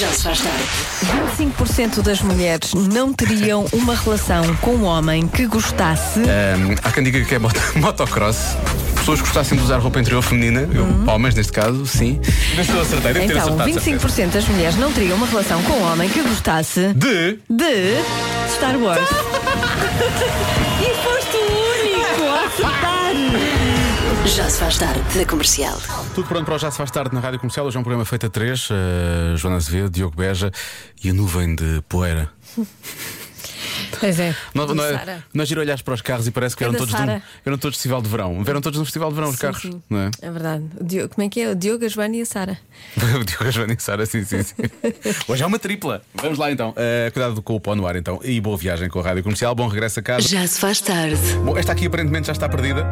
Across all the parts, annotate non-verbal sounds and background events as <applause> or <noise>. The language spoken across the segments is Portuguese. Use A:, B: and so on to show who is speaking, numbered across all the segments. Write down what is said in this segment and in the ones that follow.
A: Já se faz tarde.
B: 25% das mulheres não teriam uma relação com um homem que gostasse.
C: Ahm, há quem diga que é moto- <laughs> motocross. Pessoas que gostassem de usar roupa interior feminina, eu- homens neste caso, sim. Mas eu acertei, devo ter
B: Hum. Então,
C: acertado,
B: 25% das mulheres não teriam uma relação com um homem que gostasse
C: certeza.
B: de Star Wars. <laughs> e foste o único a acertar.
A: Já se faz tarde na comercial.
C: De tudo pronto para o Já se faz tarde na Rádio Comercial. Hoje é um programa feito a três. eh, Joana Azevedo, Diogo Beja e a nuvem de poeira.
B: Pois é.
C: Não, não é,
D: Sara.
C: não é giro olhares para os carros e parece que eram
B: Anda,
C: todos, de um,
B: É Sara.
C: eram todos de festival de verão. Vieram todos de um festival de verão os
B: Sim,
C: carros,
B: sim.
C: não é? <laughs>
D: É verdade. O Diogo- como é que é? O Diogo, a Joana e a Sara.
C: O Diogo, a Joana e a Sara, sim, sim,
B: <laughs>
C: sim. Hoje é uma tripla. Vamos lá então. Eh, cuidado com o pó no ar então. E boa viagem com a Rádio Comercial. Bom regresso a casa.
A: Já se faz tarde.
C: Bom, esta aqui aparentemente já está perdida.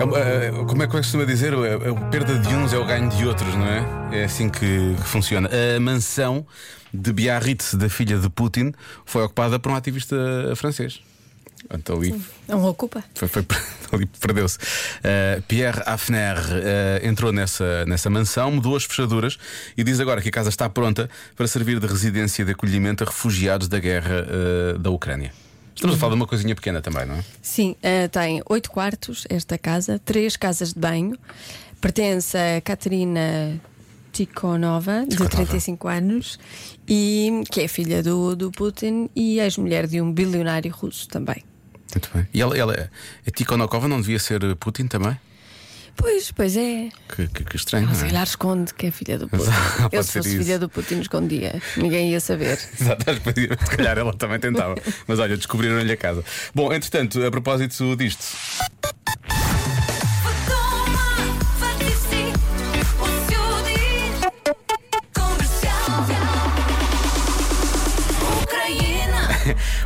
C: É uma- é- como é que costuma dizer? É- é A perda de uns é o ganho de outros, não é? É assim que que funciona. A mansão de Biarritz, da filha de Putin, foi ocupada por um ativista francês. Então ali
D: Não ocupa.
C: foi, foi- <laughs> ali perdeu-se. Uh, Pierre Hafner uh, entrou nessa, nessa mansão, mudou as fechaduras e diz agora que a casa está pronta para servir de residência de acolhimento a refugiados da guerra uh, da Ucrânia. Estamos a falar de uma coisinha pequena também, não é?
D: Sim, eh, tem oito quartos esta casa, três casas de banho. Pertence a Catarina Tikhonova, de
C: Tikhonova.
D: 35 anos, e que é filha do, do Putin e ex-mulher de um bilionário russo também.
C: Muito bem. E ela, ela a Tikhonokova não devia ser Putin também?
D: Pois, pois é.
C: Que, que- que estranho,
D: Ou
C: não
D: se
C: é? <laughs>
D: calhar esconde que é filha do Putin.
C: Pode
D: Eu, se
C: ser
D: fosse
C: isso.
D: filha do Putin, escondia. Ninguém ia saber.
C: Exato, acho que podia- se calhar ela também tentava. Mas olha, descobriram-lhe a casa. Bom, entretanto, a propósito disto, <laughs>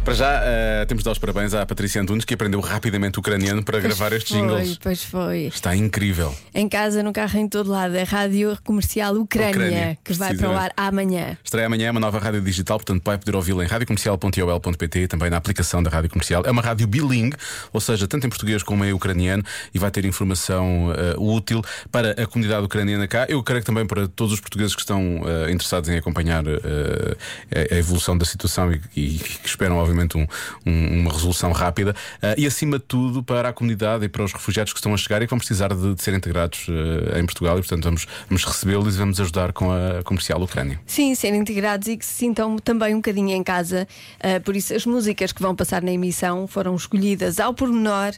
C: para já eh, temos de dar os parabéns à Patrícia Antunes, que aprendeu rapidamente ucraniano para gravar estes jingles.
D: Foi, pois foi.
C: Está incrível.
D: Em casa, no carro, em todo lado. A rádio comercial Ucrânia,
C: Ucrânia,
D: que vai para o ar
C: precisamente.
D: amanhã.
C: Estreia amanhã uma nova rádio digital, portanto vai poder ouvi-la em radiocomercial.ol.pt e também na aplicação da Rádio Comercial. É uma rádio bilingue, ou seja, tanto em português como em ucraniano e vai ter informação eh, útil para a comunidade ucraniana cá. Eu creio que também para todos os portugueses que estão eh, interessados em acompanhar eh, a- a evolução da situação e, e que esperam, obviamente, um- um- uma resolução rápida. Eh, e acima de tudo para a comunidade e para os refugiados que estão a chegar e que vão precisar de, de ser integrados eh, em Portugal e, portanto, vamos, vamos recebê-los e vamos ajudar com a comercial ucrânia.
D: Sim, serem integrados e que se sintam também um bocadinho em casa. Ah, por isso, as músicas que vão passar na emissão foram escolhidas ao pormenor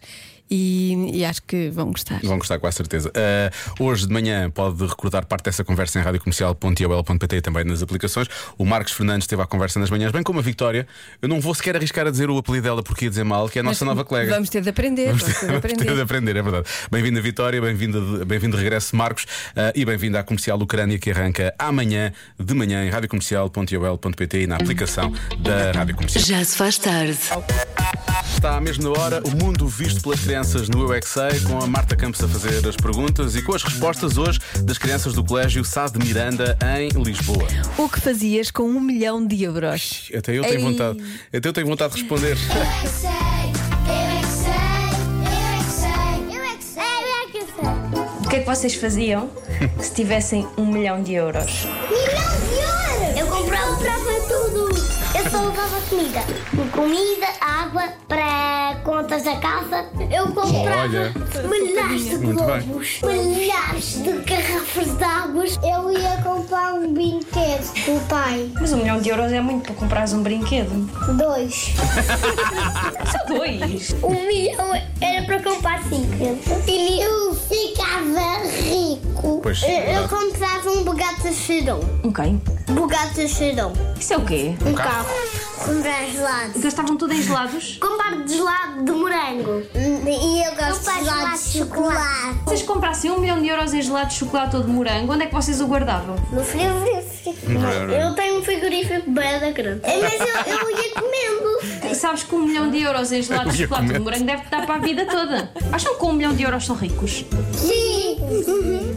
D: e, e acho que vão gostar.
C: Vão gostar com a certeza. Eh, hoje de manhã pode recordar parte dessa conversa em radiocomercial.iol.pt e também nas aplicações. O Marcos Fernandes teve a conversa nas manhãs, bem como a Vitória. Eu não vou sequer arriscar a dizer o apelido dela porque ia dizer mal, que é a nossa nova colega. <laughs>
D: Vamos ter de aprender. Vamos ter de
C: Vamos ter de
D: aprender.
C: aprender, é verdade. Bem-vinda Vitória, bem-vinda de- bem-vindo de regresso Marcos eh, e bem-vinda à Comercial Ucrânia que arranca amanhã de manhã em radiocomercial.iol.pt e na aplicação da Rádio Comercial.
A: Já se faz tarde.
C: Está à mesma hora o mundo visto pelas crianças no Eu É Que Sei, com a Marta Campos a fazer as perguntas e com as respostas hoje das crianças do Colégio Sá de Miranda em Lisboa.
D: O que fazias com um milhão de euros?
C: Até eu tenho
D: Ei.
C: vontade, até eu tenho vontade de responder.
E: Eu é que sei, eu é que sei, eu é que sei, eu é que sei, eu é que sei.
F: O que é que vocês faziam se tivessem um milhão de euros?
E: Milhão de euros! Eu comprava para tudo. Eu só levava comida. Comida, água, para contas da casa. Eu comprava
C: Olha.
E: milhares de
C: Muito bem.
E: globos, milhares de garrafas de águas. Eu ia comprar um brinquedo com o pai.
F: Mas um milhão de euros é muito para comprares um brinquedo.
E: Dois.
F: Só dois!
E: Um milhão era para comprar cinco. E eu ficava rico.
C: Pois,
E: eu,
C: verdade.
E: eu comprava um Bugatti Chiron.
F: Um quem?
E: Bugatti Chiron.
F: Isso é o quê?
E: Um carro. Comprar gelado.
F: Gastavam tudo em gelados?
E: Comprar de gelado de morango. Hum, E eu gosto de gelado de chocolate.
F: Se vocês comprassem um milhão de euros em gelado de chocolate ou de morango, onde é que vocês o guardavam?
E: No frigorífico. Eu tenho um frigorífico bem da grande. Mas eu, eu ia comendo.
F: E sabes que um milhão de euros em gelado de
C: Ia
F: chocolate ou de
C: comer.
F: morango deve dar para a vida toda. Acham que um milhão de euros são ricos?
E: Sim.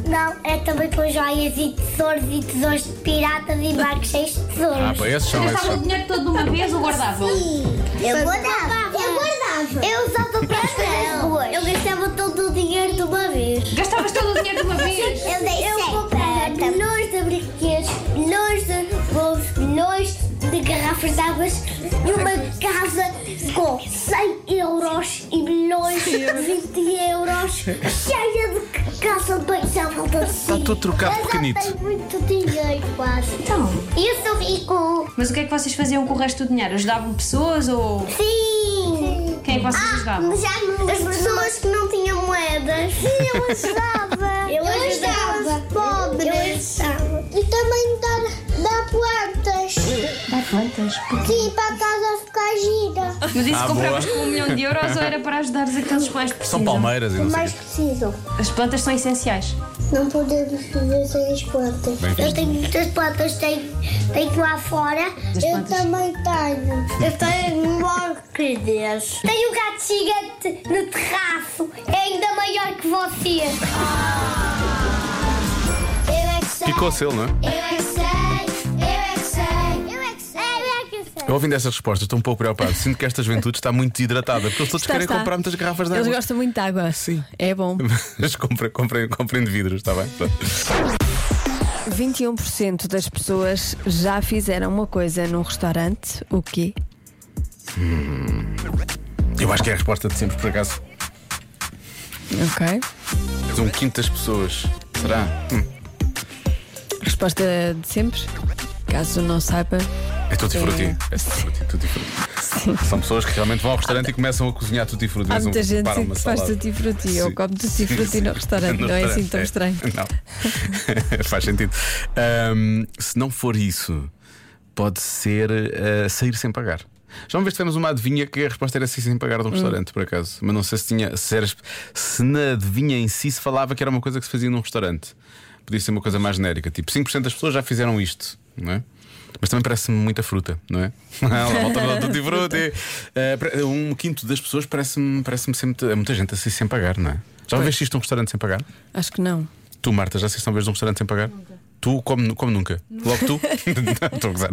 E: Não, é também com joias e tesouros e tesouros de piratas e barcos cheios de tesouros.
C: Ah, pá, esses são esses.
F: Gastavam o
C: são.
F: dinheiro todo de uma vez ou guardavam?
E: Eu guardava. Eu guardava. Eu usava para as coisas boas. Eu gastava todo o dinheiro de uma vez.
F: Gastavas todo o dinheiro de uma vez?
E: Eu deixei. Eu comprava alimenta milhões de brinquedos, milhões de bolos, milhões de garrafas de águas e uma casa com 100 euros e milhões de 20 euros cheia de caça de banhos à volta de si.
C: Está Tá tudo trocado
E: Mas eu
C: pequenito.
E: tenho muito dinheiro quase. Então, isso fico.
F: Mas o que é que vocês faziam com o resto do dinheiro? Ajudavam pessoas ou
E: Sim.
F: quem é que vocês ajudavam?
E: Ah, já as pessoas que não tinham moedas. Sim, <laughs> eu ajudava. eu ajudava. Os pobres. Eu ajudava. E também dar, dar <laughs> plantas. Dar plantas? Sim, para a casa ficar gira.
F: Mas isso
C: Ah,
F: compravas
C: boa.
F: com um milhão de euros ou era para ajudar aqueles que mais
C: São
F: precisam?
C: palmeiras e não sei. o
E: Mais
C: quê.
E: precisam.
F: As plantas são essenciais.
E: Não podemos viver sem as plantas.
C: Bem visto.
E: Eu tenho muitas plantas, tenho, tenho lá fora. eu também tenho. Eu tenho mórquidas. Tenho um gato gigante no terraço. É ainda maior que você. Eu é que sei.
C: Picou-se ele, não é?
E: Eu é que sei. Eu é que sei. Eu é que sei. Eu é que sei.
C: Eu ouvindo essas respostas estou um pouco preocupado. Sinto que esta juventude está muito desidratada, porque eles todos
D: Está,
C: querem
D: está.
C: comprar muitas garrafas de
D: Eles
C: água.
D: gostam muito de água.
C: Sim.
D: É
C: <laughs>
D: bom.
C: Mas comprem, comprem, comprem de vidros, está bem? Pronto.
D: 21% das pessoas já fizeram uma coisa num restaurante. O quê?
C: Eu acho que é a resposta de sempre, por acaso.
D: Ok.
C: São um quinto das pessoas. Será? Hum.
D: Resposta de sempre. Caso não saiba.
C: É tutti frutti.
D: É.
C: É tutti frutti, tutti frutti. São pessoas que realmente vão ao restaurante e começam a cozinhar tutti frutti.
D: Há
C: Mas
D: muita
C: um-
D: gente
C: param uma
D: que faz
C: salada.
D: tutti-frutti ou
C: Sim.
D: come tutti-frutti
C: Sim,
D: no
C: sim.
D: restaurante,
C: <laughs> No
D: não é assim tão
C: restaurante,
D: estranho.
C: Não. <laughs> faz sentido. Ahm, se não for isso, pode ser ah, sair sem pagar. Já uma vez tivemos uma adivinha que a resposta era sair sem pagar de um restaurante, por acaso. Mas não sei se tinha. Se, era- se na adivinha em si se falava que era uma coisa que se fazia num restaurante. Podia ser uma coisa mais genérica, tipo 5% das pessoas já fizeram isto, não é? Mas também parece-me muita fruta, não é? <laughs> Ah, lá volta para o tutti frutti. Ah, pre- um quinto das pessoas parece-me parece sempre. É muita gente a sair sem pagar, não é? Já uma vez isto um restaurante sem pagar?
D: Acho que não.
C: Tu, Marta, já assististe uma vez num restaurante sem pagar? Tu, como, nu- como nunca. Logo tu? <laughs> Não, Estou a gozar.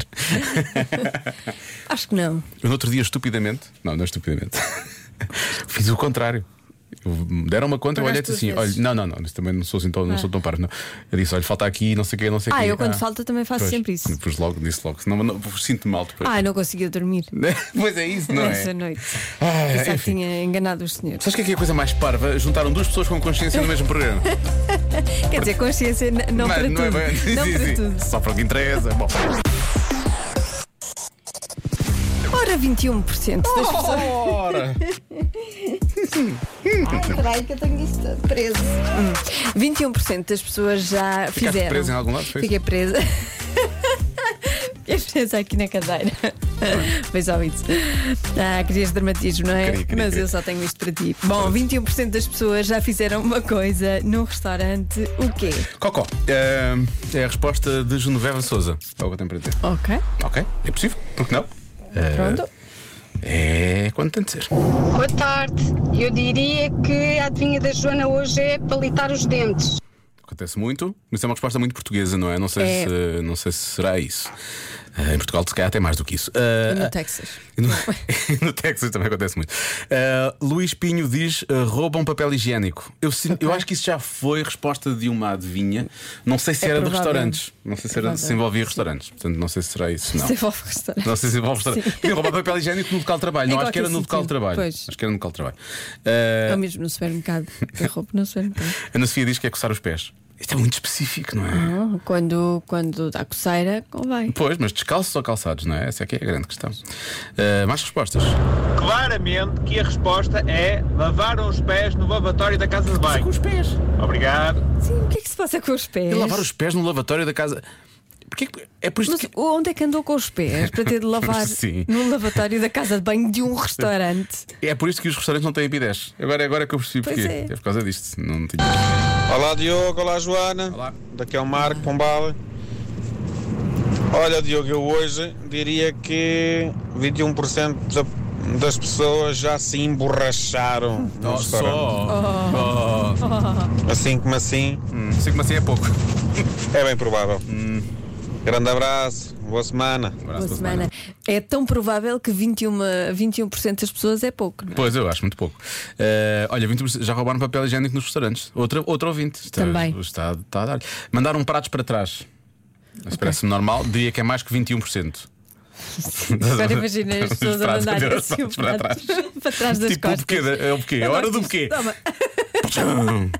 D: Acho que não.
C: Eu, no outro dia, estupidamente, não, não estupidamente, <laughs> fiz o contrário. Eu- hum, Deram uma conta, eu olhei
D: Pagaste
C: e disse assim:
D: duas
C: olha,
D: vezes.
C: não, não, não, isso também não sou assim tão, não sou tão parvo. Não. Eu disse: olha, falta aqui, não sei o quê, não sei o
D: Ah,
C: quê.
D: eu quando falta também faço
C: Pois,
D: sempre isso.
C: Pois logo, disse logo, senão não, sinto-me mal depois.
D: Ah, eu não conseguia dormir
C: <laughs> pois é isso, não
D: essa
C: é?
D: noite.
C: Ah,
D: Pensava que
C: enfim.
D: tinha enganado os senhores.
C: Sabes o que é, que é a coisa mais parva? Juntaram duas pessoas com consciência no mesmo programa.
D: Quer dizer, consciência n- <laughs> não
C: Mas
D: para
C: não é
D: tudo.
C: bem- Sim,
D: Não
C: sim,
D: para
C: sim.
D: tudo.
C: Só para o que interessa. Bom.
D: Ora, 21% das pessoas.
C: Ora!
D: Peraí, que eu tenho isto preso. 21% das pessoas já fizeram.
C: Oh! presa em algum lado, foi isso?
D: Fiquei presa. <laughs> Fiquei presa aqui na cadeira. Foi só isso. Ah, querias dramatismo, não é?
C: Queria, queria,
D: Mas
C: queria.
D: eu só tenho isto para ti. Bom, 21% das pessoas já fizeram uma coisa num restaurante. O quê?
C: Cocó. É, é a resposta de Genoveva Souza. É o que eu tenho para dizer.
D: Ok,
C: Ok, é possível, porque não?
D: pronto.
C: É quando tem de ser.
G: Boa tarde. Eu diria que a adivinha da Joana hoje é palitar os dentes.
C: Acontece muito, mas é uma resposta muito portuguesa, não é? Não sei,
D: É.
C: Se, não sei se será isso. Ah, em Portugal, se calhar, até mais do que isso. Ah,
D: No
C: ah,
D: Texas.
C: No, <laughs> no Texas também acontece muito. Ah, Luís Pinho diz: ah, roubam papel higiênico. Eu, sin- eu acho que isso já foi resposta de uma adivinha. Não sei se
D: É
C: era de
D: provável.
C: restaurantes. Não sei se, era, se
D: provável.
C: envolvia restaurantes. Portanto, não sei se será isso. Não.
D: Se envolve restaurante.
C: Não sei se envolve restaurante. Podiam roubar papel higiênico no local de trabalho.
D: Em
C: Não, acho que era no
D: qualquer
C: local de
D: sítio,
C: trabalho.
D: pois. É
C: Acho que era no local de trabalho. Ah,
D: Ou mesmo no supermercado.
C: É.
D: Eu roubo no supermercado.
C: Ana Sofia diz que é coçar os pés. Isto é muito específico, não é?
D: Não, Quando, quando dá coceira, convém.
C: Pois, mas descalços ou calçados, não é? Essa é que é a grande questão. Ah, mais respostas.
H: Claramente que a resposta é lavaram os pés no lavatório da casa de banho.
C: os pés.
H: Obrigado.
D: Sim, o que é que se passa com os pés?
C: E lavar os pés no lavatório da casa. Porquê que- É por isto
D: Mas
C: que.
D: onde é que andou com os pés para ter de lavar
C: <laughs> Sim.
D: no lavatório da casa de banho de um
C: <laughs>
D: restaurante?
C: É por isto que os restaurantes não têm bidés. Agora, agora é que eu percebi
D: Pois
C: porquê.
D: é.
C: por causa disto. Não tinha.
H: Olá Diogo, olá Joana.
C: Olá.
H: Daqui é o Marco Pombal. Olha Diogo, eu hoje diria que 21% da- das pessoas já se emborracharam no
C: Oh,
H: restaurante.
C: só. Oh.
H: Assim como assim,
D: Oh.
C: Hum, Sei como assim é pouco.
H: é bem provável. Grande abraço, boa semana.
C: Abraço
D: Boa
C: da
D: semana. É tão provável que 21, 21% das pessoas é pouco. não
C: <laughs>
D: é?
C: Pois, eu acho muito pouco. Eh, olha, 20%, já roubaram papel higiênico nos restaurantes. Outra, outro ouvinte. Está,
D: Também.
C: Está, está a dar. Mandaram um pratos para trás. Isso parece-me normal. Diria que é mais que 21%.
D: <laughs> Agora imagina as pessoas a
C: Pratos,
D: mandarem
C: pratos
D: assim o
C: para
D: prato
C: trás.
D: <laughs> para trás das
C: Tipo o
D: costas.
C: buquê, da- é o buquê, é a
D: Eu
C: hora
D: gosto
C: do
D: disto.
C: buquê. <laughs>
D: Toma.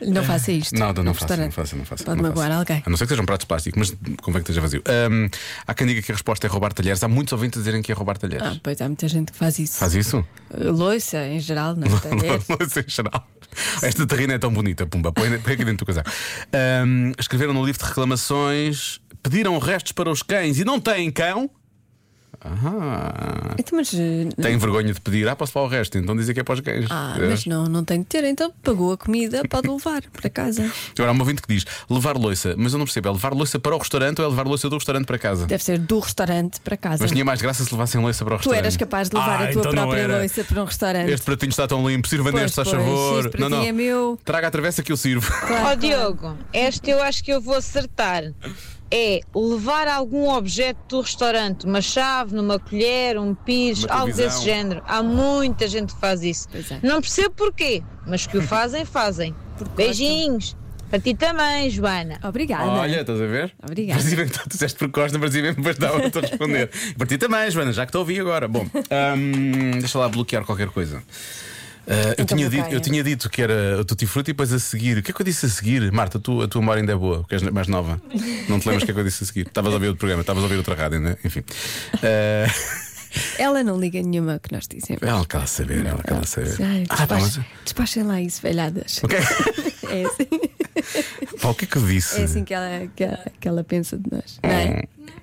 D: Não faça isto.
C: Não, não,
D: Num
C: não faça, não
D: um restaurante.
C: faça, não faça.
D: Pode
C: não
D: magoar
C: faça.
D: alguém.
C: A não ser que sejam pratos de plástico, mas convém que esteja vazio. Ahm, há quem diga que a resposta é roubar talheres. Há muitos ouvintes a dizerem que é roubar talheres.
D: Ah, pois há muita gente que faz isso. Eh,
C: Faz isso?
D: Loiça em geral,
C: <laughs>
D: não é? Talheres.
C: Louça em geral. Esta terrina é tão bonita, pumba, põe, põe aqui dentro do casaco. Ahm, escreveram no livro de reclamações, pediram restos para os cães e não têm cão. Ah,
D: Então, mas, eh,
C: têm vergonha de pedir, ah, posso levar o resto, então dizem que é para os cães.
D: ah,
C: É.
D: mas não, não tem de ter, então pagou a comida, pode levar para casa.
C: Agora há um ouvinte que diz levar louça, mas eu não percebo, é levar louça para o restaurante ou é levar louça do restaurante para casa?
D: Deve ser do restaurante para casa.
C: Mas tinha mais graça se levassem louça para o
D: Tu
C: restaurante.
D: eras capaz de levar
C: Ah,
D: a tua
C: então não
D: própria
C: era.
D: louça para um restaurante.
C: Este pratinho está tão limpo, sirva-me
D: Pois,
C: este, faz
D: pois,
C: favor.
D: este pratinho é meu.
C: Traga a travessa que eu sirvo.
D: Claro,
I: Ó Diogo, esta eu acho que eu vou acertar. É levar algum objeto do restaurante, uma chave, numa colher, um pis,
C: Uma
I: algo
C: televisão.
I: desse género. Há muita gente que faz isso.
D: Pois é.
I: Não percebo porquê, mas que o fazem, fazem. Beijinhos. Para ti também, Joana.
D: Obrigada.
C: Olha, estás a ver?
D: Obrigada.
C: Parecia bem que tu disseste por Costa, parecia bem que depois dava a
D: <laughs>
C: responder. Para ti também, Joana, já que te ouvi agora. Bom, hum, deixa lá bloquear qualquer coisa. Ah, eu,
D: Então
C: tinha dito,
D: bloqueia.
C: eu tinha dito que era Tutti Frutti e depois a seguir. O que é que eu disse a seguir? Marta, tu, a tua memória ainda é boa, porque és mais nova. Não te lembras o que é que eu disse a seguir? Estavas a ouvir outro programa, estavas a ouvir outra rádio, né? enfim. Ah,
D: Ela não liga nenhuma que nós dizemos.
C: ela quer lá saber, ela quer lá
D: Ai,
C: saber. Ah, pá, mas-
D: despacha- despachem lá isso, velhadas.
C: Ok.
D: É assim,
C: Pá, o que é que eu disse?
D: é assim que, ela, que, ela, que ela pensa de nós, não é?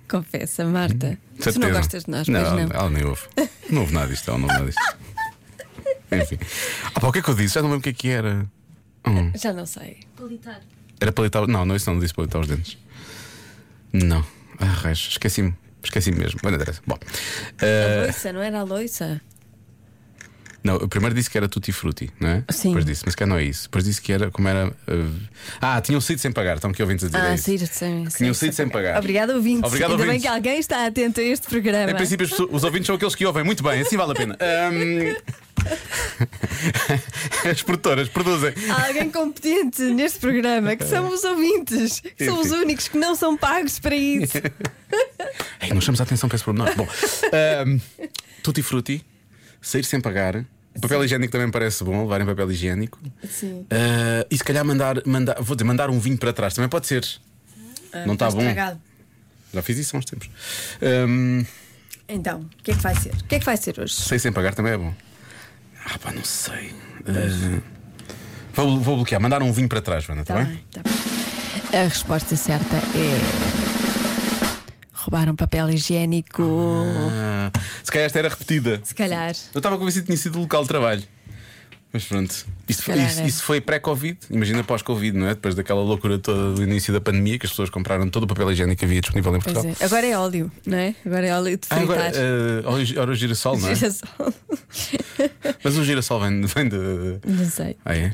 D: Confessa, Marta. Tu não
C: Hum. Certeza.
D: gostas de nós,
C: não,
D: pois não.
C: Ela nem ouve. Não ouve nada disto, ela não ouve nada disto. Enfim. Ah, pá, o que é que eu disse? Já não lembro o que é que era.
D: Já não sei.
F: Palitar.
C: Era palitar. Não, não, isso não, não disse palitar os dentes. Não. Ah, raios, esqueci-me. Esqueci-me mesmo. Bom, não interessa. Bom.
D: A
C: Ah,
D: loiça, não era a loiça?
C: não, eu primeiro disse que era tutti frutti, não é?
D: Uhum. Sim.
C: Depois disse, mas cá não é isso. Depois disse que era como era. ah, ah, tinham saído sem pagar, estão aqui ouvintes a dizer. é
D: Ah,
C: isso.
D: sair sem.
C: Tinham saído sem pagar.
D: Obrigada, ouvintes.
C: Obrigado,
D: Ainda bem
C: ouvintes.
D: que alguém está atento a este programa.
C: Em princípio, as pessoas- os ouvintes são aqueles que ouvem muito bem, assim vale
D: <laughs>
C: a pena. Ahm, <laughs> As produtoras produzem.
D: Há alguém competente neste programa, que são os ouvintes, que são os
C: Enfim.
D: únicos que não são pagos para
C: <laughs>
D: isso.
C: Ei, não chamamos a atenção para esse pormenor. Bom, ahm, tutti frutti, sair sem pagar. Papel higiênico também me parece bom, levarem papel higiênico.
D: Sim.
C: Ah, e se calhar mandar, mandar, vou dizer, mandar um vinho para trás também pode ser.
D: Ah,
C: não está Tá bom. Já fiz isso há uns tempos. Ahm,
D: Então, o que é que vai ser? O que é que vai ser hoje?
C: sair sem pagar também é bom. Ah, pá, não sei. Ah, vou, vou bloquear, mandar um vinho para trás, Joana, está bem?
D: tá bem. A resposta certa é. Roubaram papel higiênico.
C: Ah, se calhar esta era repetida.
D: Se calhar.
C: Eu estava convencido que tinha sido o local de trabalho. Mas pronto, isso foi,
D: calhar
C: isso-
D: é.
C: isso foi pré-Covid, imagina pós-Covid, não é? Depois daquela loucura toda do início da pandemia, que as pessoas compraram todo o papel higiênico que havia disponível em
D: Pois
C: Portugal.
D: é. Agora é óleo, não é? Agora é óleo de
C: Tá. Ah, agora,
D: fritar.
C: ah, óleo- óleo
D: <laughs>
C: girassol, não é?
D: Girassol.
C: Mas o girassol vem, vem de.
D: <laughs> Não sei.
C: Ah, é?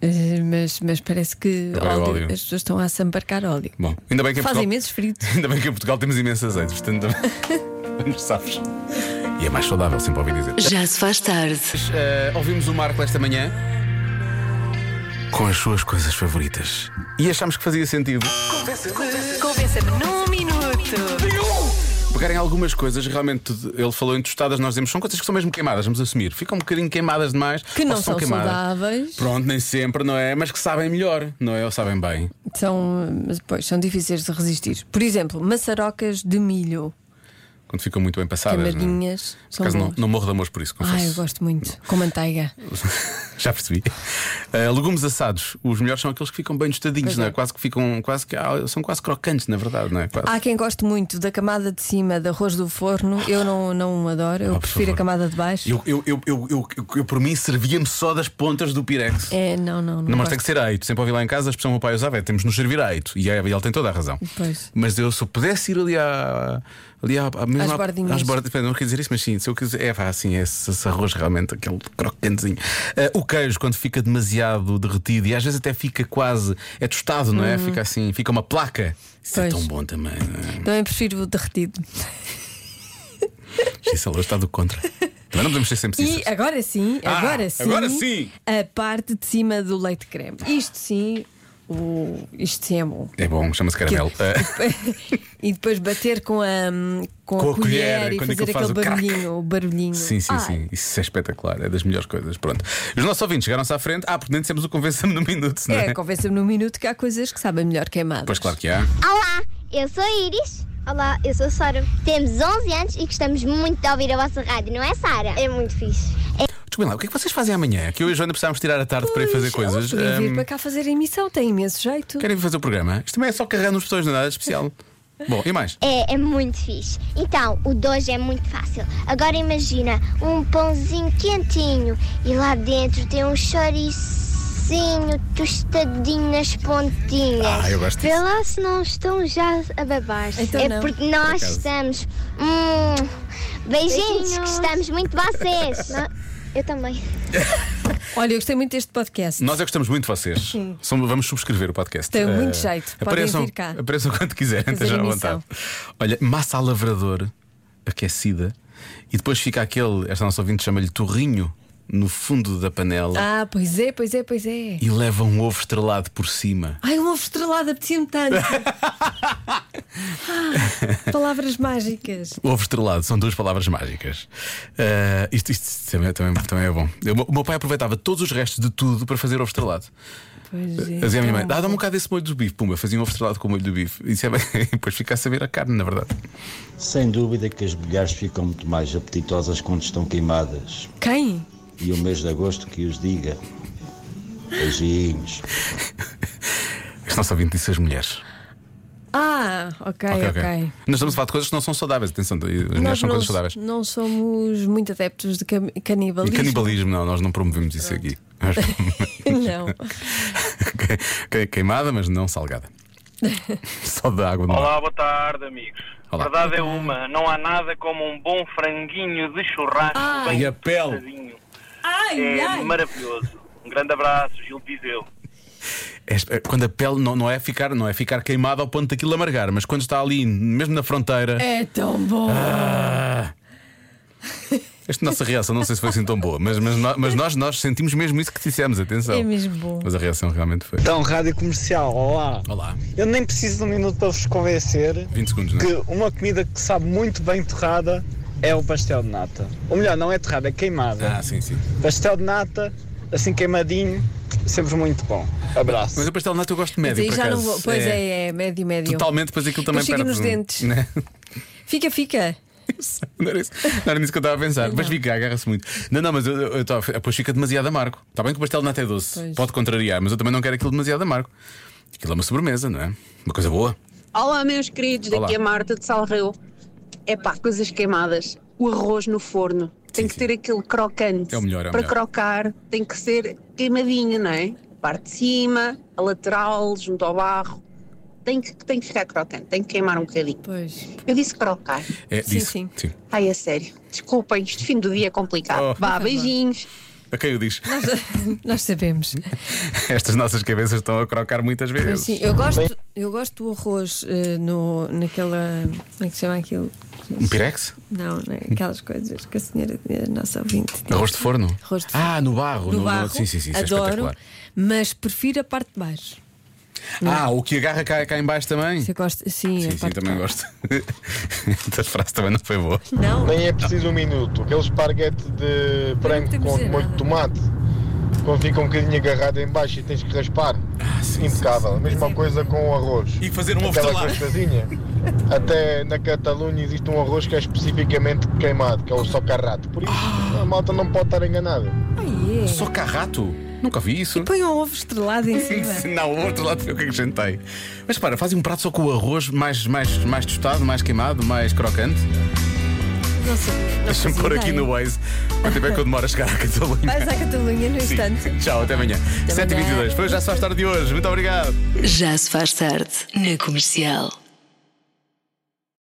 D: Eh, Mas, mas parece que
C: Agora é
D: óleo-
C: óleo.
D: as pessoas estão a sambarcar óleo.
C: Bom, ainda bem que em
D: Fazem
C: Portugal,
D: imensos fritos.
C: <laughs> ainda bem que em Portugal temos imensos azeites, portanto, <laughs> vamos sabes. E é mais saudável, sempre ouvi dizer.
A: Já se faz tarde.
C: Eh, ouvimos o Marco esta manhã com as suas coisas favoritas e achámos que fazia sentido.
B: Convença-me num minuto.
C: Pegarem algumas coisas, realmente ele falou em tostadas, nós dizemos são coisas que são mesmo queimadas, vamos assumir. Ficam um bocadinho queimadas demais.
D: Que não
C: ou
D: são saudáveis.
C: Pronto, nem sempre, não é? Mas que sabem melhor, não é? Ou sabem bem.
D: São, mas, pois, são difíceis de resistir. Por exemplo, maçarocas de milho,
C: Quando ficam muito bem passadas. Não? é?
D: camadinhas.
C: Por
D: São
C: acaso não,
D: boas.
C: não morro de amor por isso, confesso.
D: Ai, eu gosto muito. Com manteiga.
C: <laughs> Já percebi. Eh, legumes assados, os melhores são aqueles que ficam bem tostadinhos, não é? Quase que ficam, quase que ah, são quase crocantes, na verdade, não é? Quase.
D: Há quem goste muito da camada de cima de arroz do forno. Eu não, não adoro. Eu
C: Ah, por
D: prefiro
C: favor.
D: a camada de baixo.
C: Eu, eu, eu, eu, eu, eu- eu, por mim servia-me só das pontas do Pirex.
D: É, não, não. Não,
C: Não, mas
D: gosto.
C: tem que ser eito. Sempre ouvi lá em casa a expressão que o meu pai usava é temos de nos servir eito. E aí ele tem toda a razão.
D: Pois.
C: Mas eu, se eu pudesse ir ali, à, ali à, à mesa
D: Às
C: há-
D: bordinhas.
C: Às bordas, não quer dizer isso, mas sim, se eu quiser. É pá, assim, esse, esse arroz realmente, aquele crocantezinho. Ah, o queijo, quando fica demasiado derretido e às vezes até fica quase. É tostado, não é? Fica assim, fica uma placa. Isso é
D: Uhum. Pois.
C: tão bom também. não é?
D: Também prefiro o derretido.
C: Isso é está
D: <laughs>
C: do contra. Também não podemos ser sempre
D: E
C: sinceros.
D: agora sim,
C: Ah,
D: agora sim,
C: agora sim.
D: a parte de cima do leite creme. Isto sim, o, isto sim é bom.
C: É bom, chama-se caramelo. Ah,
D: <laughs> e depois bater com a, hum, com
C: Com
D: a
C: a
D: colher,
C: colher, é
D: e
C: quando
D: fazer
C: aquilo
D: aquele
C: faz o crack.
D: barulhinho, o barulhinho. Ah,
C: Sim, sim,
D: Ai,
C: sim. Isso é espetacular. É das melhores coisas. Pronto. Os nossos ouvintes chegaram-se à frente. Ah, porque nem dissemos o convença-me no minuto, não é?
D: É, convença-me num minuto que há coisas que sabem melhor queimadas.
C: Pois claro que há.
E: Olá, eu sou a Iris. Olá, eu sou a Sara. Temos 11 anos e gostamos muito de ouvir a vossa rádio, não é, Sara? É muito fixe.
C: Desculpem lá, o que é que vocês fazem amanhã? Que eu e a Joana precisávamos tirar a tarde para ir fazer
D: Pois,
C: coisas. hum,
D: elas podiam vir
C: Ahm,
D: para cá fazer emissão, tem imenso jeito.
C: Querem fazer o programa? Isto também é só carregando as pessoas, não é nada especial.
D: <laughs>
C: Bom, e mais?
E: É, é muito fixe. Então, o dois é muito fácil. Agora imagina um pãozinho quentinho e lá dentro tem um choricinho tostadinho nas pontinhas.
C: Ah, eu gosto
E: Vê
C: disso.
E: lá se não estão já a babar.
D: Então
E: é
D: não.
E: porque nós
C: acaso.
E: estamos. Hum, beijinhos, gostamos muito de
C: <laughs>
E: vocês. eu também.
D: Olha, eu gostei muito deste podcast.
C: Nós é que gostamos muito de vocês. Somos- vamos subscrever o podcast.
D: Tem
C: Eh,
D: muito jeito. Podem
C: Apareçam,
D: vir cá.
C: apareçam quando quiserem,
D: Fazer
C: estejam à
D: emissão.
C: vontade. Olha, massa a lavrador, aquecida, e depois fica aquele, esta nossa ouvinte chama-lhe torrinho, no fundo da panela,
D: Ah, pois é, pois é, pois é.
C: e leva um ovo estrelado por cima.
D: Ai, um ovo estrelado, apetecia-me
C: <laughs>
D: tanto. Ah, palavras mágicas.
C: Ovo estrelado, são duas palavras mágicas. Eh, isto isto também, também, também é bom. Eu- o meu pai aproveitava todos os restos de tudo para fazer ovo estrelado.
D: Pois é.
C: Fazia a minha mãe,
D: tão
C: ah,
D: bom.
C: dá-me um bocado desse molho do bife, pumba, fazia um ovo estrelado com o molho do bife. Isso é bem- <laughs> e depois fica a saber a carne, na verdade.
J: Sem dúvida que as mulheres ficam muito mais apetitosas quando estão queimadas.
D: Quem?
J: E o mês de agosto que os diga. Beijinhos.
C: Este nosso ouvinte disse as mulheres.
D: Ah, ok, ok.
C: Nós estamos a falar de coisas que não são saudáveis, atenção, as mulheres
D: Nós
C: são
D: não,
C: coisas saudáveis.
D: não somos muito adeptos de cam-
C: E
D: canibalismo.
C: canibalismo, não, nós não promovemos isso aqui.
D: <laughs> Não.
C: Que- <laughs> que- Queimada, mas
D: <laughs>
C: não salgada. Só da água não.
K: Olá, boa tarde, amigos.
C: Olá.
K: A verdade é uma, não há nada como um bom franguinho de churrasco
D: Ai.
C: E
K: bem
C: a pele?
K: tostadinho.
D: Ai,
K: É
D: ai.
K: maravilhoso. Um grande abraço, Gil Viseu.
C: É- é- Quando a pele não, não é ficar, não é ficar queimada ao ponto daquilo amargar, mas quando está ali, mesmo na fronteira. Ah!
D: É tão bom.
C: Esta nossa reação, não sei se foi assim tão boa, mas, mas, nó- mas nós, nós sentimos mesmo isso que dissemos, atenção.
D: É mesmo bom.
C: Mas a reação realmente foi.
H: Então, Rádio Comercial, olá.
C: Olá,
H: Eu nem preciso de um minuto para vos convencer
C: 20 segundos, não é?
H: que uma comida que sabe muito bem torrada é o pastel de nata. Ou melhor, não é torrada, é queimada.
C: Ah, sim, sim.
H: Pastel de nata, assim queimadinho, sempre muito bom. Abraço.
C: Mas o pastel de nata eu gosto de
D: Mas
C: médio,
D: aí
C: por
D: já não
C: acaso.
D: vou. Pois é, é, médio, médio.
C: Totalmente, depois aquilo também
D: Mas fica
C: perde.
D: nos dentes.
C: Né?
D: Fica, fica.
C: Não era, isso, não era nisso que eu estava a pensar. Mas fica, agarra-se muito. Não, não, mas eu, eu, eu tava- depois fica demasiado amargo. Está bem que o pastel de nata é doce,
D: Pois.
C: pode contrariar, mas eu também não quero aquilo demasiado amargo. Aquilo é uma sobremesa, não é? Uma coisa boa.
G: Olá, meus queridos,
C: Olá.
G: daqui a Marta de Salreu. É pá, coisas queimadas. O arroz no forno. Tem
C: Sim,
G: que
C: sim.
G: ter aquele crocante.
C: É o melhor, é o
G: Para
C: melhor.
G: crocar, tem que ser queimadinho, não é? A parte de cima, a lateral, junto ao barro. Tem que, tem que ficar crocante, tem que queimar um bocadinho.
D: Pois.
G: Eu disse crocar.
C: É
D: Sim,
C: disso.
D: sim.
G: Ai, é sério. Desculpem, este fim do dia é complicado.
C: Oh.
G: Vá, beijinhos.
C: A quem o diz?
D: Nós <laughs> sabemos.
C: <laughs> Estas nossas cabeças estão a crocar muitas
D: Mas
C: vezes.
D: sim, eu gosto, eu gosto do arroz eh, no, naquela. Como é que se chama aquilo?
C: Um pirex?
D: Não, não é? aquelas coisas que a senhora, a nossa ouvinte. diz.
C: Arroz de forno?
D: Arroz de
C: Ah, no barro.
D: No
C: no-
D: barro,
C: Sim, sim, sim. Isso é
D: adoro,
C: espetacular.
D: mas prefiro a parte de baixo.
C: Ah, o que agarra cá, cá em baixo também?
D: Você gosta? Sim, a
C: sim, sim
D: parte
C: também
D: de baixo.
C: gosto. <laughs> Esta frase também não foi boa.
D: Não,
H: Nem é preciso um minuto. Aquele esparguete de
D: frango com dizer molho de nada.
H: tomate, quando fica um bocadinho agarrado em baixo e tens que raspar,
C: Ah, sim,
H: impecável. A
D: é
H: mesma coisa com o arroz.
C: E fazer um ovo
H: Aquela
D: <laughs>
C: estrelado.
H: costazinha. Até na Catalunha existe um arroz que é especificamente queimado, que é o socarrato. Por isso,
C: Ah.
H: a malta não pode estar enganada.
D: ai, é.
C: Só carrato? Nunca vi isso.
D: Põe um ovo estrelado em cima.
C: Não, o outro lado foi o que acrescentei. Mas para, fazem um prato só com o arroz mais, mais, mais tostado, mais queimado, mais crocante.
D: Não sei. não
C: Deixa-me
D: fazia
C: pôr aqui
D: ideia.
C: no Waze. Quanto tempo é que eu demoro a chegar à Catalunha?
D: Vais à Catalunha no
C: Sim.
D: instante.
C: Tchau, até amanhã. 7h22. Foi já só a tarde de hoje. Muito obrigado.
A: Já se faz tarde na comercial.